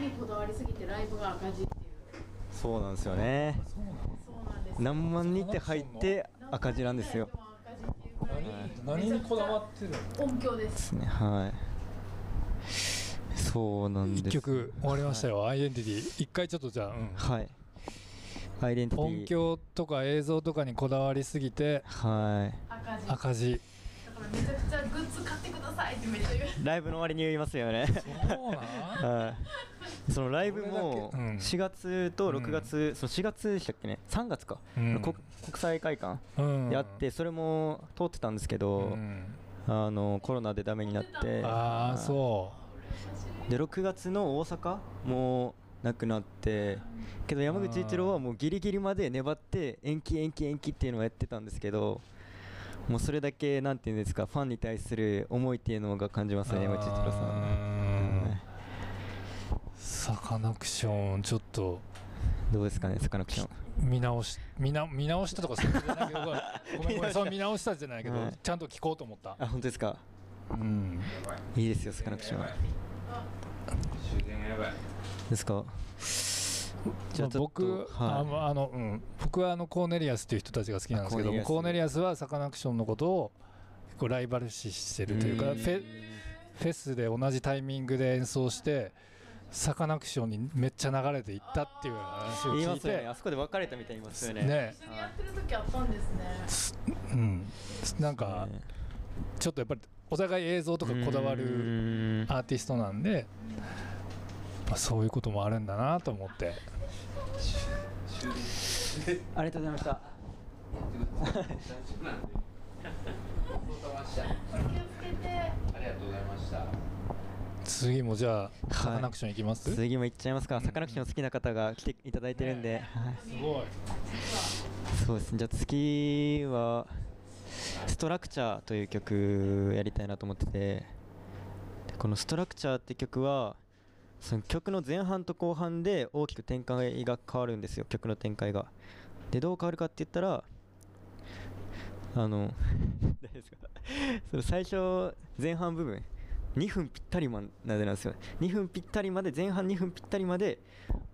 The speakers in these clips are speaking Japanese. にこだわりすぎてライブが赤字っていうそうなんですよねそうなのそうなんです何万人って入って赤字なんですよ何万人っていうぐらい何何にこだわってるの音響でですすねはいそうなんです一曲終わりましたよ、アイデンティティ一回ちょっとじゃあ、うんはいアイデンティティ音響とか映像とかにこだわりすぎては赤字だか赤字らめちゃくちゃグッズ買ってくださいってめっちゃ言ういライブの終わりに言います よねそうなんはい、そのライブもこれだけうん4月と6月、その4月でしたっけね3月か、うん国国際会館うんやってそれも通ってたんですけど、うんあのコロナでダメになってああそで6月の大阪もなくなってけど山口一郎はもうギリギリまで粘って延期延期延期っていうのをやってたんですけどもうそれだけなんていうんですかファンに対する思いっていうのが感じますね山口一郎さん、うはんサカナクションちょっといどうですかねサカナクション見直し見な見直したとかそういうんじゃないけどごめんごめんそう見直したじゃないけど、はいちゃんと聞こうと思ったあ本当ですかうんいいですよサカナクションは終電がやばいですかじゃあちょっと僕、あはのあの、うん、僕はあのコーネリアスっていう人たちが好きなんですけどもあココーーネネリリアスはサカナクションのことを結構ライバル視してるというかうんフェフェスで同じタイミングで演奏してサカナクションにめっちゃ流れていったっていう話をい、言い聞まいすよねてあそこで別れたみたいに言いますよねね一緒にやってる時あったんですねうん、なんかちょっとやっぱりお互い映像とかこだわるるアーティストなんで、まあ、そういうこともあるんだなと思って大丈夫なんでごちそうさまでした気をありがとうございましたつけてありがとうございました次もじゃあサカナクション行きます、次も行っちゃいますかサカナクション好きな方が来ていただいてるんで、はいすごいそうですねじゃあ次は「ストラクチャー」という曲やりたいなと思っててでこの「ストラクチャー」って曲はその曲の前半と後半で大きく展開が変わるんですよ曲の展開がでどう変わるかって言ったらあの 大丈夫ですかその最初前半部分2分ぴったりまなでなんですよ2分ぴったりまで前半2分ぴったりまで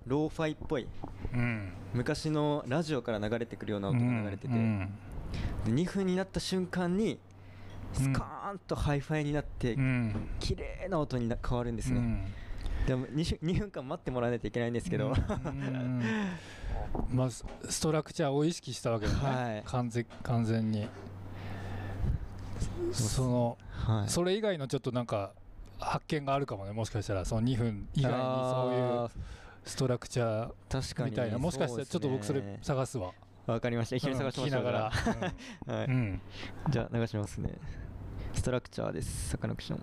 ローファイっぽいうん昔のラジオから流れてくるような音が流れてて、で2分になった瞬間にスカーンとハイファイになって、うん綺麗な音にな変わるんですうね、んでも 2, 2分間待ってもらわないといけないんですけど、うんまあスストラクチャーを意識したわけだね、はい完全完全にそのはいそれ以外のちょっとなんか発見があるかもねもしかしたらその2分以外にそういうあストラクチャ確ーかにみたいなもしかしたらちょっと僕そそうれですね探すわわかりました一緒に探しましょううん聞きながらはいうんじゃあ流しますねストラクチャーですサカナクション